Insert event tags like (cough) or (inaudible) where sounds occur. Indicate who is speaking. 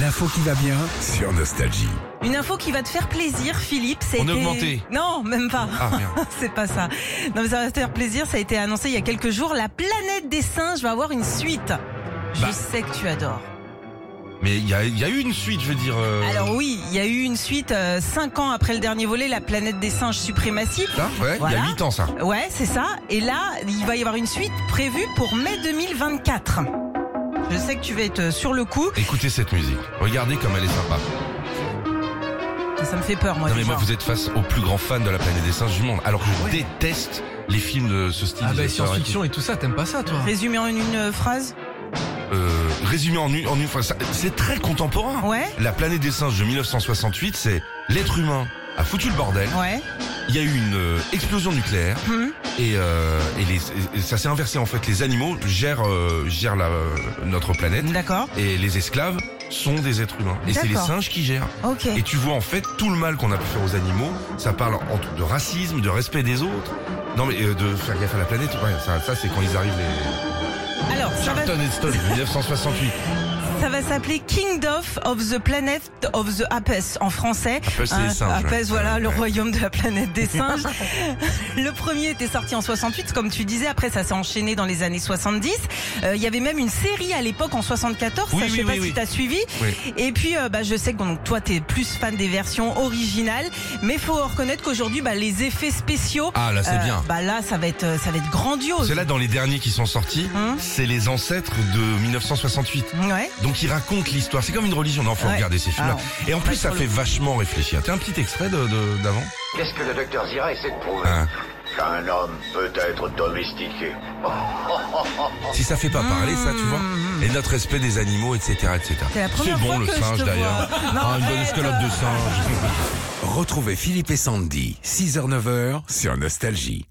Speaker 1: L'info qui va bien sur Nostalgie.
Speaker 2: Une info qui va te faire plaisir, Philippe. ça a
Speaker 3: On est
Speaker 2: été-
Speaker 3: augmenté.
Speaker 2: Non, même pas. (laughs)
Speaker 3: Ah merde.
Speaker 2: C'est pas ça. Non, mais ça va te faire plaisir. Ça a été annoncé il y a quelques jours. La planète des singes va avoir une suite. Je
Speaker 3: Bah.
Speaker 2: sais que tu adores.
Speaker 3: Mais il y a, il y a eu une suite, je veux dire. euh,
Speaker 2: Alors oui, il y a eu une suite euh, cinq ans après le dernier volet, La planète des singes suprématie.
Speaker 3: ça, ouais, il y
Speaker 2: Voilà.
Speaker 3: a 8 ans ça.
Speaker 2: Ouais, c'est ça. Et là, il va y avoir une suite prévue pour mai 2024. Je sais que tu vas être euh, sur le coup.
Speaker 3: Écoutez cette musique. Regardez comme elle est sympa.
Speaker 2: Ça me fait peur, moi.
Speaker 3: non mais
Speaker 2: déjà.
Speaker 3: moi vous êtes face au plus grand fan de la planète des singes du monde. Alors que je
Speaker 4: Ouais.
Speaker 3: déteste les films de ce style.
Speaker 4: Ah bah
Speaker 3: Ça
Speaker 4: science-fiction et tout ça, t'aimes pas ça toi
Speaker 2: Résumé en une euh, phrase.
Speaker 3: aurait été- Euh, résumé en une, en une phrase, ça- c'est très contemporain.
Speaker 2: Ouais.
Speaker 3: La planète des singes de 1968, c'est l'être humain a foutu le bordel.
Speaker 2: Ouais.
Speaker 3: Il y a eu une euh, explosion nucléaire
Speaker 2: Hum.
Speaker 3: et, euh, et les- et ça s'est inversé en fait. Les animaux gèrent euh, gèrent la, euh, notre planète
Speaker 2: D'accord.
Speaker 3: et les esclaves sont des êtres humains et c'est les
Speaker 2: D'accord.
Speaker 3: singes qui gèrent.
Speaker 2: Ok.
Speaker 3: Et tu vois en fait tout le mal qu'on a pu faire aux animaux. Ça parle en- de racisme, de respect des autres. Non mais euh, de faire gaffe à la planète, ouais, ça, ça, c'est quand ils arrivent les...
Speaker 2: Alors, ça va,
Speaker 3: Charlton (laughs) Heston, 1968.
Speaker 2: ça va s'appeler Kingdom of the Planet of the Apes en français.
Speaker 3: Apes, c'est
Speaker 2: Hein,
Speaker 3: les singes.
Speaker 2: Apes,
Speaker 3: ouais.
Speaker 2: voilà, le
Speaker 3: Ouais.
Speaker 2: royaume de la planète
Speaker 3: (laughs)
Speaker 2: des singes. le premier était sorti en 68, comme tu disais. Après, ça s'est enchaîné dans les années 70. Euh, Il y avait même une série à l'époque en 74.
Speaker 3: Oui,
Speaker 2: ça, je
Speaker 3: oui,
Speaker 2: sais pas
Speaker 3: oui,
Speaker 2: si
Speaker 3: oui.
Speaker 2: t'as suivi.
Speaker 3: Oui.
Speaker 2: Et puis, euh, bah, je sais que donc, toi, t'es plus fan des versions originales. Mais faut reconnaître qu'aujourd'hui, bah, les effets spéciaux.
Speaker 3: Ah là c'est
Speaker 2: euh,
Speaker 3: bien.
Speaker 2: Bah là, ça va être, euh, ça va être grandiose.
Speaker 3: C'est là dans les derniers qui sont sortis,
Speaker 2: Hein
Speaker 3: c'est les ancêtres de 1968.
Speaker 2: ouais.
Speaker 3: Donc ils racontent l'histoire. C'est comme une religion. Non, faut
Speaker 2: Ouais. Ah,
Speaker 3: regarder ces films-là.
Speaker 2: Alors,
Speaker 3: Et en plus, ça
Speaker 2: sur
Speaker 3: fait vachement réfléchir. T'as un petit extrait de- de- d'avant
Speaker 5: Qu'est-ce que le docteur Zira essaie de prouver
Speaker 3: Hein.
Speaker 5: Qu'un homme peut être domestiqué.
Speaker 3: Si ça fait pas parler, ça, tu vois. Et notre respect des animaux, etc., etc.
Speaker 2: Mhm. C'est la première
Speaker 3: bon
Speaker 2: fois
Speaker 3: le
Speaker 2: que je te
Speaker 3: singe
Speaker 2: vois.
Speaker 3: d'ailleurs.
Speaker 2: Non,
Speaker 3: Ah, une bonne
Speaker 2: arrête.
Speaker 3: escalope de singe.
Speaker 1: Retrouvez Philippe et Sandy, 6h-9h sur Nostalgie.